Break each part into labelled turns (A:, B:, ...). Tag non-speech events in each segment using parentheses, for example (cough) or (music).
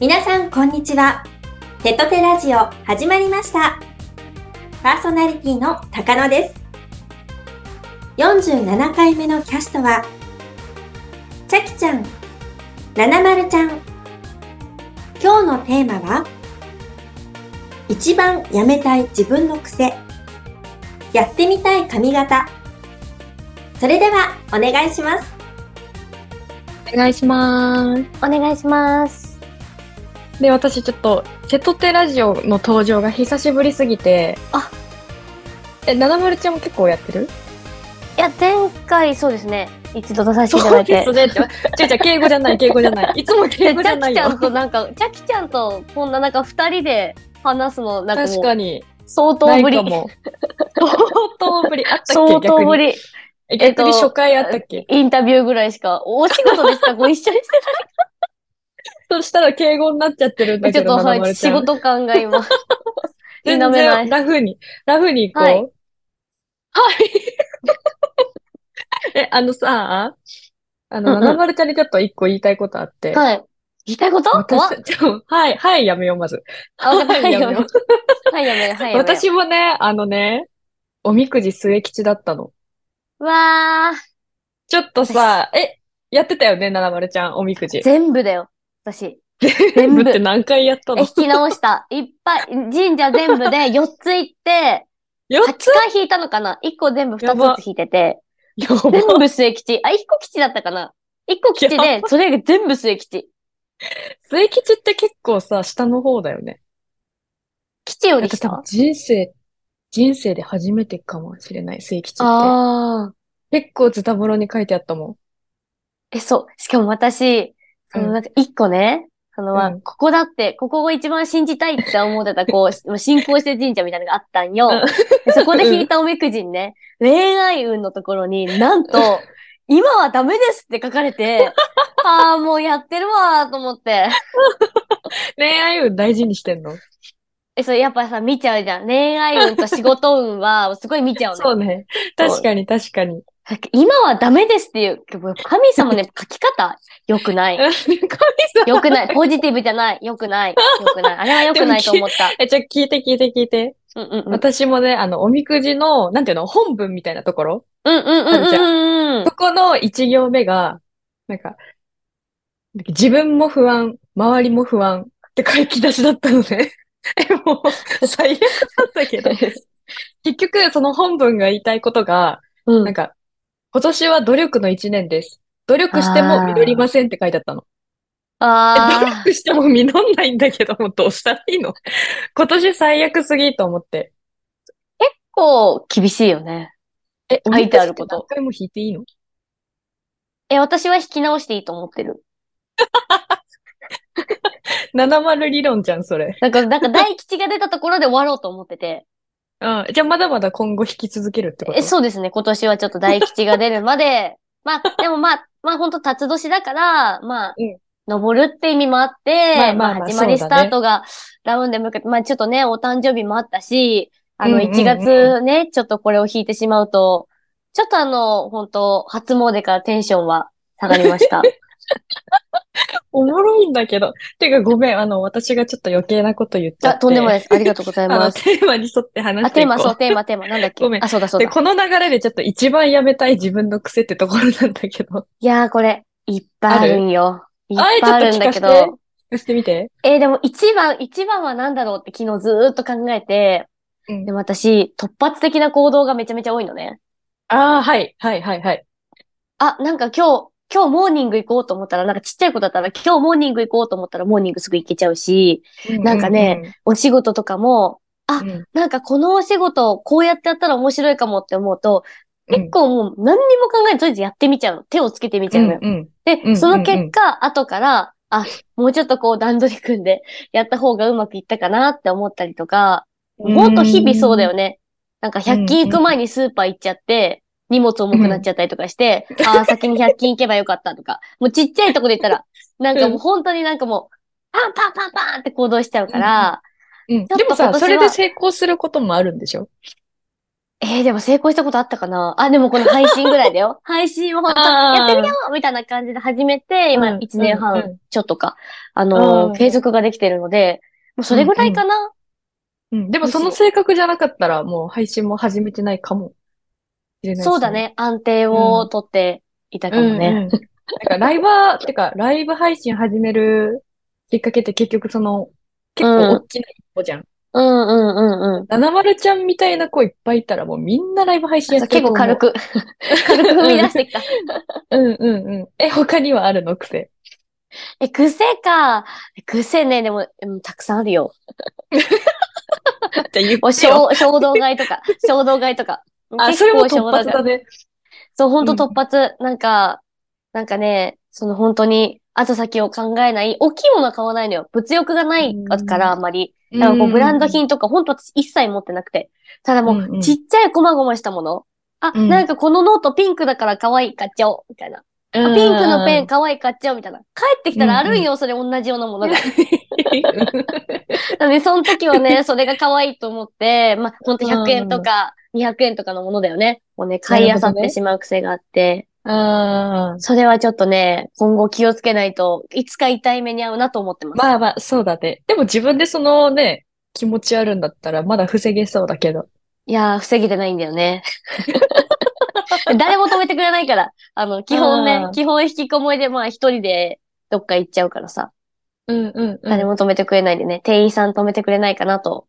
A: 皆さん、こんにちは。テトテラジオ、始まりました。パーソナリティの高野です。47回目のキャストは、チャキちゃん、ナナマルちゃん。今日のテーマは、一番やめたい自分の癖、やってみたい髪型。それでは、お願いします。
B: お願いします。
C: お願いします。
B: で、私ちょっと、瀬戸手ラジオの登場が久しぶりすぎて、
C: あ
B: え、ななまるちゃんも結構やってる
C: いや、前回そうですね。一度出させていただいて。
B: ね。ちょいちゃん、敬語じゃない、敬語じゃ (laughs) ない。いつも敬
C: で、チ
B: 語じゃ
C: ャ
B: な
C: キ
B: い
C: ちゃ
B: よ
C: ん。となんか、チャキちゃんとこんななんか二人で話すの、なんか
B: 確
C: もう
B: かに。
C: 相
B: な
C: 当
B: い
C: ぶり
B: か。も。相当ぶり。あったっけ
C: 相当ぶ
B: 逆に。
C: り。
B: え逆
C: え
B: に
C: っと
B: 初回あったっけ、
C: インタビューぐらいしか、お仕事でしかご一緒にして
B: そしたら敬語になっちゃってるん
C: な
B: だ
C: い。ちょ
B: け
C: っと
B: ど、なな
C: は
B: ま
C: い、
B: るち
C: 仕
B: ゃん。
C: 事感が今。否め
B: 全
C: ない
B: 然ラフに、ラフに行こう。
C: は
B: はいい。
C: (laughs)
B: え、あのさ、あ
C: うん
B: の、
C: うん
B: ななまるちゃんにちょっと一個言いたいことあって。
C: はい。言いたいことわ
B: 私、ちょ、はい、はい、やめよう、まず。
C: あ、わかった。
B: は
C: はいい、や
B: やめ
C: め
B: よう
C: よう。はい、やめよう。はい、やめよう。
B: 私もね、あのね、おみくじ末吉だったの。
C: わー。
B: ちょっとさ、え、やってたよね、ななまるちゃん、おみくじ。
C: 全部だよ。私。
B: 全
C: 全
B: 部
C: 部
B: って何回やった
C: え、
B: の
C: 引き直した。いっぱい、神社全部で4つ行って、
B: よっ
C: 8回引いたのかな ?1 個全部
B: やば
C: 2つずつ引いてて、
B: やば
C: 全部末吉。あ、1個吉だったかな ?1 個吉
B: や
C: で、それが全部末吉。
B: 末吉って結構さ、下の方だよね。
C: 吉より
B: 私多
C: 下
B: 分人生、人生で初めてかもしれない、末吉って。
C: ああ。
B: 結構ズタボロに書いてあったもん。
C: え、そう。しかも私、そ
B: うん
C: のなんか1個ね、その
B: う
C: は
B: ん、
C: ここだって、ここを一番信じたいって思ってた、こ
B: (laughs)
C: う、信仰してる神社みたいなのがあったんよ
B: うん。
C: でそこで引いたおみくじにね、恋愛運のところになんと、今はダメですって書かれ
B: (laughs)
C: て、ああ、もうやってるわーと思って。
B: 恋愛運大事にしてんの
C: え、それやっぱさ、見ちゃうじゃん。恋愛運と仕事運は、すごい見ちゃうの
B: そ
C: よ。
B: うね。確かに確か (laughs) に。
C: なんか今はダメですっていう、神様ね、書き方、良くない。
B: 神様
C: 良くない。ポジティブじゃない。良くない。良くない。あれは良くないと思った。
B: え、じゃあ聞いて聞いて聞いて。
C: うんうんうん。
B: 私もね、あの、おみくじの、なんていうの、本文みたいなところ、
C: うんうんうんうんうん
B: そこの一行目が、なんか、自分も不安、周りも不安って書き出しだったのね。 (laughs) え、もう、最悪だったけ
C: (laughs)
B: ど。結局、その本文が言いたいことが、
C: うん。
B: なんか、今年は努力の一年です。努力しても実りませんって書いてあったの。努
C: あ
B: 力しても実んないんだけど、もうどうしたらいいの (laughs) 今年最悪すぎと思って。
C: あ、こう、厳しいよね。
B: え、
C: 書いてあること
B: おみくじって何回も引いていいの
C: え、私は引き直していいと思ってる。
B: 70理論じゃん、それ。
C: なんか、なんか大吉が出たところで終わろうと思ってて。
B: うん。じゃあ、まだまだ今後引き続けるってこと
C: え、そうですね。今年はちょっと大吉が出るま
B: (laughs)
C: で。まあ、でもまあ、まあ本当辰年だから、まあ
B: うん、
C: 登るって意味もあって、
B: まあまあまあ
C: 始まりス
B: そう
C: タ
B: だね
C: ートがラウンドに向けて、まあちょっとね、お誕生日もあったし、あの、
B: うんうんうん
C: 1月ね、ちょっとこれを引いてしまうと、ちょっとあの、本当初詣からテンションは下がりま
B: (laughs)
C: した。
B: おもろいんだけど。てか、ごめん。あの、私がちょっと余計なこと言っちゃっ
C: あ、
B: て。
C: とんでもない
B: い。
C: です。ありがとうござ
B: あ
C: い
B: の、
C: ます。
B: テーマに沿って話
C: あ、
B: して
C: テ
B: い
C: ー
B: こう。
C: マ、そう、テーマ、テーマ、なんだっけ
B: ごめん
C: あ、そうだ、そう
B: で、
C: だ。
B: この流れでちょっと一番やめたい自分の癖ってところなんだけど。
C: いやー、これ、いっぱいあるんよ。いっ
B: あ
C: ぱい
B: え
C: あるんだけ
B: ちょっと聞か
C: ど。
B: せ押してみて。
C: えーでも一番、一番は何だろうって昨日ずーっと考えて、
B: うん
C: でも私、突発的な行動がめちゃめちゃ多いのね。
B: ああ、はい、はい、はい、はい。
C: あ、なんか今日、今日モーニング行こうと思ったら、なんかちっちゃい子だったら、今日モーニング行こうと思ったらモーニングすぐ行けちゃうし、なんかねお仕事とかも、
B: うん、うん、
C: なんかこのお仕事をこうやってやったら面白いかもって思うと、
B: うん
C: 結構もう何にも考えずとりあえずやってみちゃうの。手をつけてみちゃうのよ。
B: うんうん
C: で、
B: うん
C: その結果、後から、あ、もうちょっとこう段取り組んでやった方がうまくいったかなって思ったりとか、
B: うん
C: ほんと日々そうだよね。なんか100均行く前にスーパー行っちゃって、荷物重くなっちゃったりとかして、ああ、先に100均行けばよかったとか、もうちっちゃいとこで言ったら、なんかもう本当になんかもう、パンパンパンパンって行動しちゃうから、
B: うん。
C: ちょっと
B: でも
C: 今
B: さ、
C: 年は
B: それで成功することもあるんでしょ
C: えー、でも成功したことあったかなあ、でもこの配信ぐらいだよ。配信をほんと、
B: あー
C: やってみようみたいな感じで始めて、
B: うん
C: 今1年
B: うんう
C: 半
B: ん
C: ちょっとか、あの
B: うん
C: ー、継続ができてるので、もうそれぐらいかな、
B: うん。でもその性格じゃなかったら、もう配信も始めてないかもしれないです
C: そうだ。ね。安定をとっていたかも
B: うん
C: ね。
B: うん。なんかライブは、 (laughs) てか、ライブ配信始めるきっかけって結局その、結構大きな一歩じゃん。
C: うんうんうんうん。
B: ななまるちゃんみたいな子いっぱいいたら、もうみんなライブ配信やって
C: 結
B: ると
C: 構
B: 思う
C: 軽 (laughs) く、軽く踏み出してきた。
B: うんうんうん。え、他にはあるの癖。
C: (laughs)
B: (laughs)
C: え、癖か。癖ね、でも、うん、たくさんあるよ。
B: じゃあ言
C: もう衝衝動買いと (laughs) か、衝動買いとか。
B: あ、
C: 結
B: それも
C: 構衝
B: 突
C: 動
B: 発
C: 買い
B: だね。
C: そう、ほんと
B: うん
C: 突発。なんか、なんかね、その本当に、後先を考えない、大きいものは買わないのよ。物欲がないから、あんまり。だからこう、ブランド品とか、ほんと私一切持ってなくて。ただも
B: うんう
C: う、
B: ん
C: ちっちゃいこまごましたもの。あ、
B: うん
C: なんかこのノートピンクだから可愛い買っちゃおう、みたいな。
B: うん、
C: あピンクのペン可愛い買っちゃおう、みたいな。帰ってきたらあるんよ、それ同じようなものが。なので、その時はね、それが可愛いと思って、まあ、ほんと100円とか200円とかのものだよね。もうね、買い漁
B: なる
C: っ
B: ほどね
C: てしまう癖があって。
B: あ
C: それはちょっとね、今後気をつけないといつか痛い目に遭うなと思ってます。
B: まあまあ、そうだね。でも自分でそのね、気持ちあるんだったら、まだ防げそうだけど。
C: いやー、防げてないんだよね。誰も止めてくれないから。あの、基本ね
B: あー、
C: 基本引きこもりで、まあ一人でどっか行っちゃうからさ。
B: うんうんう
C: 誰も止めてくれないんでね、店員さん止めてくれないかなと。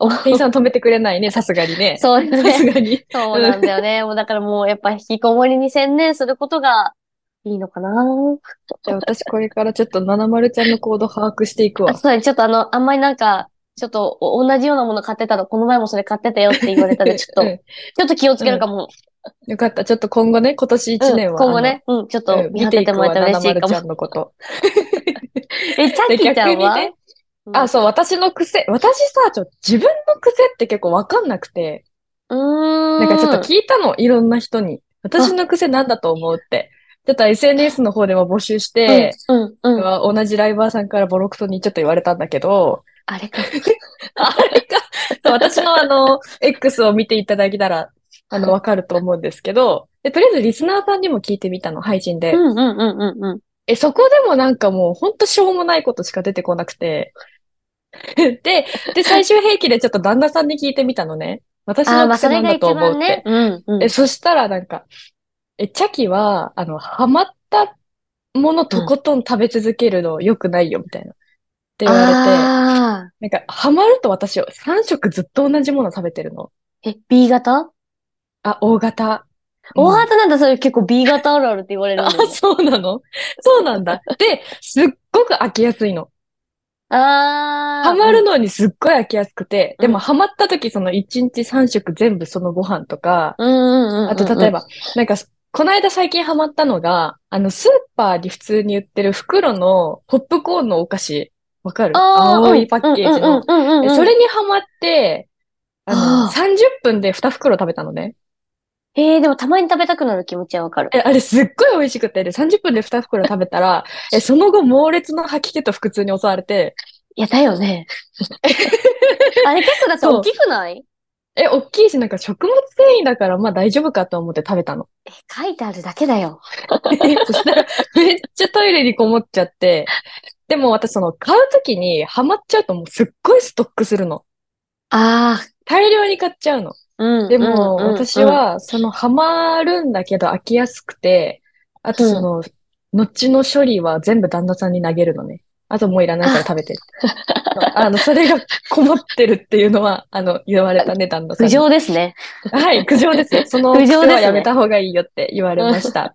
B: 店員さん止めてくれないね、さすがにね。
C: そうです
B: さす
C: ね。
B: がに。
C: そうなんだよね。もうだからもうやっぱ引きこもりに専念することがいいのかな
B: (laughs) じゃあ私これからちょっと70ちゃんの行動把握していくわ
C: あ、。そうだねちょっとあの、あんまりなんか、ちょっとお同じようなもの買ってたの、この前もそれ買ってたよって言われたので、ちょっと、
B: うん
C: ちょっと気をつけるかも。
B: よかった。ちょっと今後ね、今年1年
C: うん
B: は、
C: 今後ね、うん、ちょっ
B: あの。
C: と
B: うん
C: 見
B: 見
C: 張ってて
B: いく
C: てもらえ
B: わ、
C: たら嬉しい
B: 70
C: か
B: ちゃん
C: も。
B: のこと。
C: (laughs) え、チャッキーちゃんは
B: で逆にね
C: うん
B: あ、そう、私の癖。私さ、ちょ、自分の癖って結構わかんなくて。
C: うーん。
B: なんかちょっと聞いたの、いろんな人に。私の癖なんだと思うって。ちょっと SNS の方でも募集して、
C: うん、うん、うん。
B: 同じライバーさんからボロクソにちょっと言われたんだけど、
C: あれか。
B: あれか、私のあ
C: (laughs)
B: の、X を見ていただけたら、あの、わかると思うんですけど、で、とりあえずリスナーさんにも聞いてみたの、配信で
C: う。ん、うん、うん、うん、うん。
B: え、そこでもなんかもう、ほんとしょうもないことしか出てこなくて。 (laughs) で、で、最終兵器でちょっと旦那さんに聞いてみたのね。私
C: あー、
B: の
C: まあ、そ
B: 癖な
C: れ
B: ん
C: が一
B: だと思うっ
C: 番
B: て
C: ね。。うん、うん
B: え、。そしたらなんか、え、チャキは、あの、ハマったものとことん食べ続けるの良くないよ、みたいな。って言われて、
C: あ
B: なんか、ハマると私、3食ずっと同じもの食べてるの。
C: ー。え、B 型
B: あ、大型。
C: O
B: うん
C: 型なんだ、それ結構 B 型あるあるって言われるん
B: あ
C: だよね、、
B: そうなのそうなんだ。で、すっごく飽きやすいの。
C: あー。
B: ハマるのにすっごい飽きやすくて、で
C: う
B: も
C: ん
B: ハマった時その1日3食全部そのご飯とか、
C: うんうんうんうんうん。
B: あと例えば、なんか、この間最近ハマったのが、あの、スーパーに普通に売ってる袋のポップコーンのお菓子、わかる
C: あー、
B: 青いパッケージ
C: うんうんう
B: の。
C: んうんうん
B: えそれにハマって、あの、
C: あ
B: 30分で2袋食べたのね。
C: えー、でもたまに食べたくなる気持ちはわかる。
B: え、あれすっごい美味しくて、で、30分で2袋食べたら、え、その後猛烈な吐き気と腹痛に襲われて、
C: いや、だよね。
B: (laughs)
C: あれ結構だって
B: そう
C: 大きくない
B: え、大きいし、なんか食物繊維だから、まあ大丈夫かと思って食べたの。
C: え、書いてあるだけだよ。
B: そしたら、 (laughs) めっちゃトイレにこもっちゃって、でも私その買うときにハマっちゃうともうすっごいストックするの。
C: ああ、
B: 大量に買っちゃうの。
C: うん。
B: でも
C: うんうん
B: 私、はそのハマるんだけど飽きやすくて、あとその、後の処理は全部旦那さんに投げるのね。あともういらないから食べて。
C: (laughs)
B: あの、それが困ってるっていうのは、あの、言われたね、旦那
C: うん
B: さん
C: 苦
B: に。
C: 情です
B: (laughs)
C: ね。
B: はい、苦情ですよ。その
C: 苦情ですね
B: 癖はやめた方がいいよって言われました。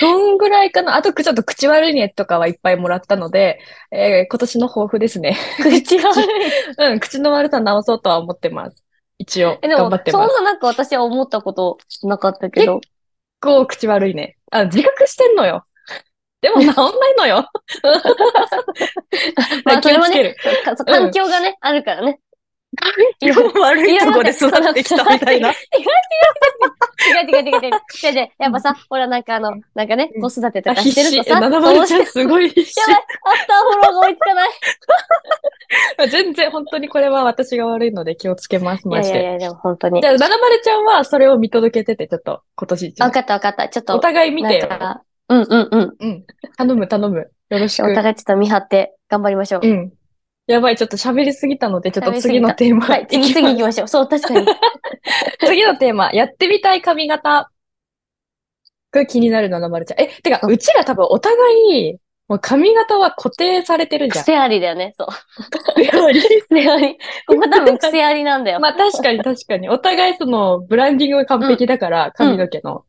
B: どんぐらいかなあと、ちょっと口悪いねとかはいっぱいもらったので、えー今年の抱負ですね。
C: 口が悪い。
B: うん、口の悪さ直そうとは思ってます。一応、
C: え、で
B: 頑
C: も
B: 張っ、て
C: そん
B: ます。
C: ななんか私は思ったことなかったけど。
B: こう、口悪いね。あ、自覚してんのよ。でも治んないのよ。
C: まあ、それは
B: 気をつけ
C: ね
B: る、
C: かそう環境がね、あるからね。
B: 今日悪いとこで育ってきたみたいな。
C: 違う違う違う違う違う違う違う。違う違うやっぱさ、ほらなんかあの、なんかね
B: う、ん
C: 子育てと
B: あ
C: か
B: 必
C: して
B: 死。
C: るとさ、ど
B: 七丸
C: う
B: ち
C: し
B: ゃ
C: て
B: んすごい必死。
C: やばいアフターフォローが追いつかない。
B: (laughs) 全然、本当にこれは私が悪いので気をつけます、マ
C: い
B: ジ
C: やい
B: で。
C: やいや、でも本当に
B: じ。ゃあ、七丸ちゃんはそれを見届けてて、ちょっと、今年一
C: わ
B: 年。
C: かったわかった。ちょっ
B: お
C: と、
B: 互い見てよ。
C: なんか、うんうんうん。
B: うん。頼む、頼む。よろしく。
C: お互いちょっと見張って頑張りましょう。
B: うん。やばい、ちょっと喋りすぎたので、ちょっと
C: 喋りすぎ
B: 次
C: た
B: のテーマ。 (laughs)
C: はい、次々行きましょう。そう、確かに。
B: 次のテーマ、やってみたい髪型。これ気になるな、なまるちゃん。え、てか、うちら多分お互い、もう髪型は固定されてるじゃん。
C: 癖ありだよね、そう。 (laughs)
B: (laughs) やはり
C: 癖あり。ここ多分癖ありなん (laughs) だよ。
B: まあ確かに確かに。お互いその、ブランディングが完璧だから、髪の毛の。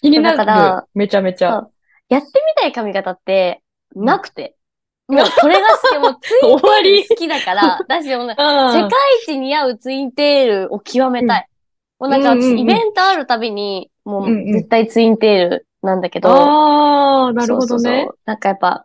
B: 気にな
C: だから
B: る。めちゃめちゃ。
C: やってみたい髪型って、なくて。もう、これが好き、もう、ツイン
B: (laughs) 終わ
C: テー
B: り
C: ル好きだ
B: (laughs)
C: から、だし、もうね世
B: 世
C: 界一似合うツインテールを極めたい。もうなん
B: うんうんう
C: か、
B: ん
C: イベントあるたびに、も
B: うんうん
C: う、絶対ツインテールなんだけど。
B: ああ、なるほど
C: そうそう
B: ね
C: そ。うなんかやっぱ、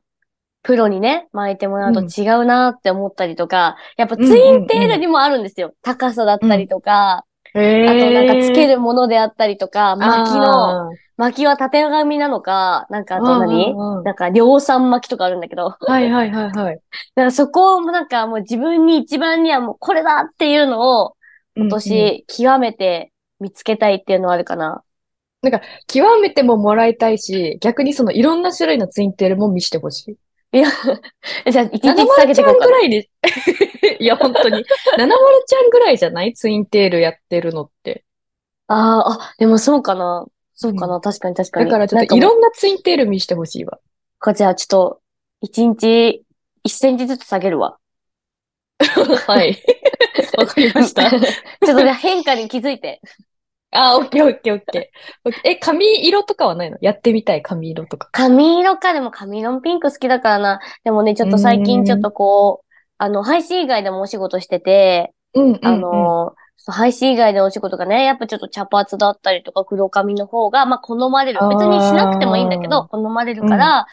C: プロにね、巻いてもらうと
B: うん
C: 違うなって思ったりとか、やっぱ
B: うんうん
C: ツインテールにもあるんですよ。高さだったりとか、
B: へ
C: あとなんかつけ
B: る
C: るものであったりとか、巻きの、、巻きは縦紙なのか、なんかあと何
B: 何
C: なんか量産巻きとかあるんだけど、 (laughs) だか
B: はいはいはいはい。
C: らそこをなんかもう自分に一番にはもうこれだっていうのを、
B: 今
C: 今年極めて見つけたいっていうのはあるかな。
B: 極めてももらいたいし、逆にそのいろんな種類のツインテールも見してほしい。
C: いや、 (laughs) じゃあ一日下
B: 七丸
C: げ
B: ち
C: てい
B: ゃ
C: こう
B: んぐ
C: かな。
B: らいで、 (laughs) いや本当に。七丸ちゃんぐらいじゃないツインテールやってるのって。
C: ああ、あ、でもそうかな。そうかな。確かに確か
B: だ
C: に。
B: からちょっとい
C: なんかもう
B: ろんなツインテール見してほしいわ。
C: こじゃあちょっと、一日、一センチずつ下げるわ。
B: はい。わかりまし
C: (laughs)
B: た
C: ちょ。っとね、変化に気づいて。
B: (laughs) あ、オッケーオッケーオッケー。オッケーえ、髪色とかはないのやってみたい髪色とか。
C: 髪色か、でも髪色もピンク好きだからな。でもね、ちょっと最
B: うーん
C: 近ちょっとこう、あの、配信以外でもお仕事してて、
B: うん、
C: あの、そう配信以外でお仕事がね、やっぱちょっと茶髪だったりとか黒髪の方が、まあ好まれる
B: あ。ー
C: 別にしなくてもいいんだけど、好まれるから、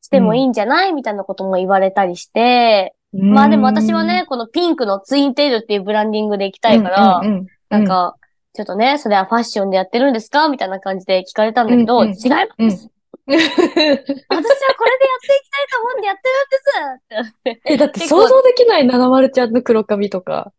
C: してもいいんじゃないみたいなことも言われたりして、
B: うん
C: まあでも私はね、、このピンクのツインテールっていうブランディングで行きたいから、
B: うんうんう
C: なん、か、ちょっとね、それはファッションでやってるんですかみたいな感じで聞かれたんだけど、
B: うんうん
C: 違います、私はこ
B: う
C: れでや
B: ん
C: っていきたいと思うんでやってるんですって
B: (laughs) え、だって
C: 結構
B: 想像できない七丸ちゃんの黒髪とか。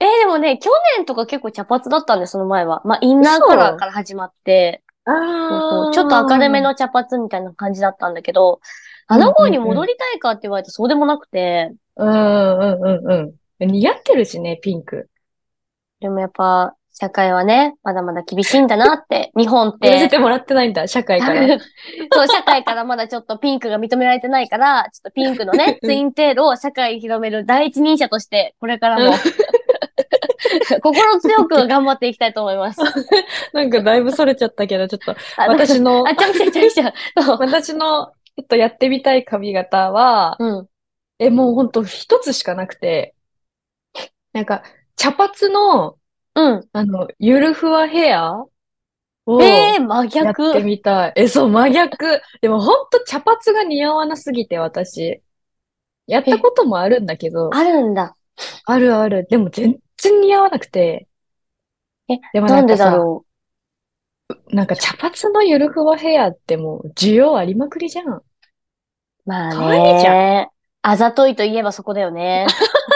C: えーでもね、去年とか結構茶髪だったんで、その前は。まあ、インナーカラーから始まって、そうそうちょっと明るめの茶髪みたいな感じだったんだけど、あの頃に戻りたいかって言われたらそうでもなくて、
B: うんうんうんうん。似合ってるしね、ピンク。
C: でもやっぱ、社会はね、まだまだ厳しいんだなって、日本っ
B: 見せ
C: て。
B: てもらってないんだ、社会から。、
C: (laughs) そう、社会からまだちょっとピンクが認められてないから、ちょっとピンクのねツインテールを社会に広める第一人者として、これから
B: う
C: も (laughs) 心強く頑張っていきたいと思います。
B: なんかだいぶそれちゃったけど、ちょっと
C: あ
B: 私の、
C: あ、ちゃうちゃうちゃうちゃう。そう。
B: 私のちょっとやってみたい髪型は、
C: うん。
B: え、もうほんと一つしかなくて、なんか茶髪の、
C: うん。
B: あの、ゆるふわヘアを
C: えー、真
B: や
C: 逆。
B: ってみたい。え、そう、真逆。でもほんと茶髪が似合わなすぎて、私。やったこともあるんだけど、
C: あるんだ。
B: あるある。でも全然似合わなくて。
C: え、
B: でも
C: な
B: なん
C: ん
B: か
C: でだ
B: さ、
C: ろ
B: なんか茶髪のゆるふわヘアってもう需要ありまくりじゃん。
C: う。まあ
B: 可愛いじ
C: ね。あざといといえばそこだよね。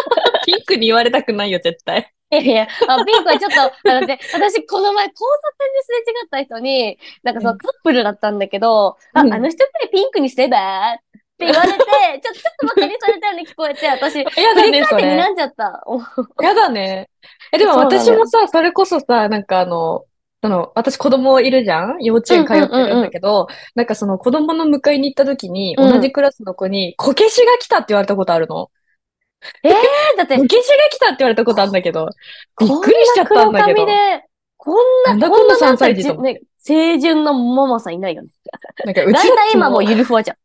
B: (laughs) ピンクに言われたくないよ、絶対。
C: いやいや、あ、ピンクはちょっと、あだって、私、この前、交差点ですれ違った人に、なんかそのカップルだったんだけど、あ、
B: うん
C: あの人ってピンクにすればって言われて、ちょ、ちょっとバカにされたように聞こえて、私、振
B: (laughs) やだ
C: り
B: ね、そ
C: 返って睨
B: れ。
C: んじゃった。お
B: やだね。え、でも
C: そうなのよ
B: 私もさ、それこそさ、なんかあの、あの、私子供いるじゃん幼稚園通ってるんだけど、なんかその子供の迎えに行った時に、
C: うん
B: 同じクラスの子に、こけしが来たって言われたことあるの。
C: えだって
B: こ、けしが来たって言われたことあるんだけど、びっくりしちゃったんだけど
C: こんな黒髪で、こん
B: なんだ
C: な、
B: こ
C: こ
B: ん
C: ん
B: な
C: ななん
B: 3
C: か
B: 歳児と
C: じ
B: 思
C: ね、清純なママさんいないよね。
B: なんかう
C: だい
B: ち
C: たい今もう
B: う
C: ゆるふわじゃん。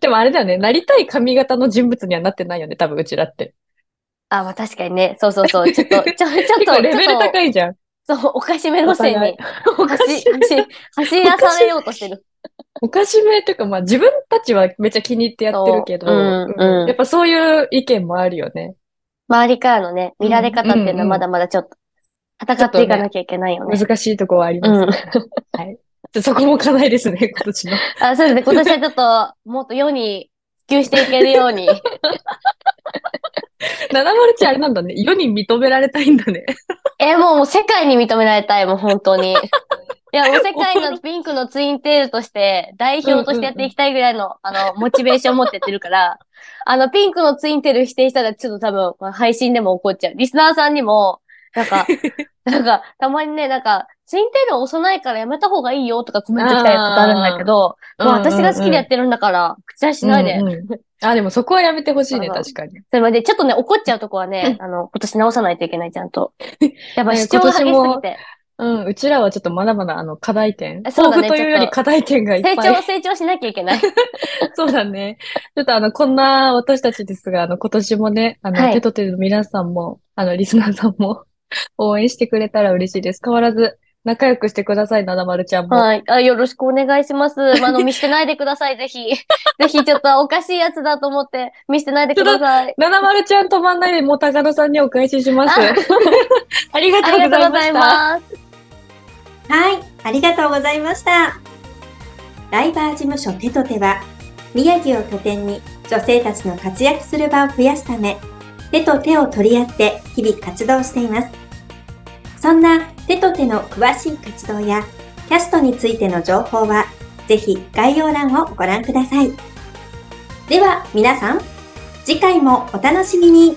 B: でもあれだよね、なりたい髪型の人物にはなってないよね、多分うちらって。
C: あ、まあ確かにね。そうそうそう。ちょっと、ちょ、ちょっ
B: 結構
C: と、
B: レベル
C: ちょっ
B: 高いじゃん。
C: と、そう、おかしめ路線に、
B: おかし
C: 走、走、走らされようとしてる。
B: おかしめっていうか、まあ自分たちはめっちゃ気に入ってやってるけど、
C: そううんうん
B: やっぱそういう意見もあるよね。
C: 周りからのね、見られ方っていうの
B: う
C: は
B: ん
C: まだまだちょっと、戦っていかなきゃいけないよね。
B: 難しいとこはあります、ねはい。ちょそこも課
C: (laughs)
B: 題ですね、今年の。
C: あ、そうですね。今年はちょっと、もっと世に普及していけるように。
B: 七丸ちゃんあれなんだね。世に認められたいんだね。
C: え、もうもう世界に認められたい、もう本当 (laughs) に。いや、もう世界のピンクのツインテールとして、代表としてやっていきたいぐらいの、あの、モチベーションを持ってやってるから、 (laughs) あの、ピンクのツインテール否定したら、ちょっと多分、まあ配信でも怒っちゃう。リスナーさんにも、なん (laughs) か、なんか、たまにね、なんか、ツインテールを幼いからやめた方がいいよとかコメント来たりことあるんだけど、もう私が好きでやってるんだから、口出ししないで。
B: うんうんあ、でもそこはやめてほしいね、
C: あの
B: 確かに。
C: それまで、ちょっとね、怒っちゃうとこはね、あの、今年直さないといけない、ちゃん (laughs) と。やっぱ
B: ね
C: 主張が激しすぎ
B: 今年も
C: て。
B: うん、うちらはちょっとまだまだあの課題点。
C: そうだね
B: 抱負というより課題点がいっぱ
C: 成
B: い。
C: 長、成長しなきゃいけない。
B: (laughs) そうだね。ちょっとあの、こんな私たちですが、あの、今年もね、あの、
C: はい
B: テトテの皆さんも、あの、リスナーさんも (laughs) 応援してくれたら嬉しいです。変わらず仲良くしてください、ななまるちゃんも。
C: はい。あ、よろしくお願いします。まあ、あの、見捨てないでくださ
B: (laughs)
C: い、ぜひ。ぜひ、ちょっとおかしいやつだと思って、見捨てないでください。
B: ななまるちゃん止まんないで、もう高野さんにお返しします。 (laughs)
C: あ
B: ありが
C: あ
B: とうご
C: りが
B: ざ
C: とうご
B: いま
C: ざ
B: し
C: い
B: た。
C: ます。
A: はい、ありがとうございました。ライバー事務所テトテは、宮城を拠点に女性たちの活躍する場を増やすため、手と手を取り合って日々活動しています。そんな手と手の詳しい活動やキャストについての情報は、ぜひ概要欄をご覧ください。では皆さん、次回もお楽しみに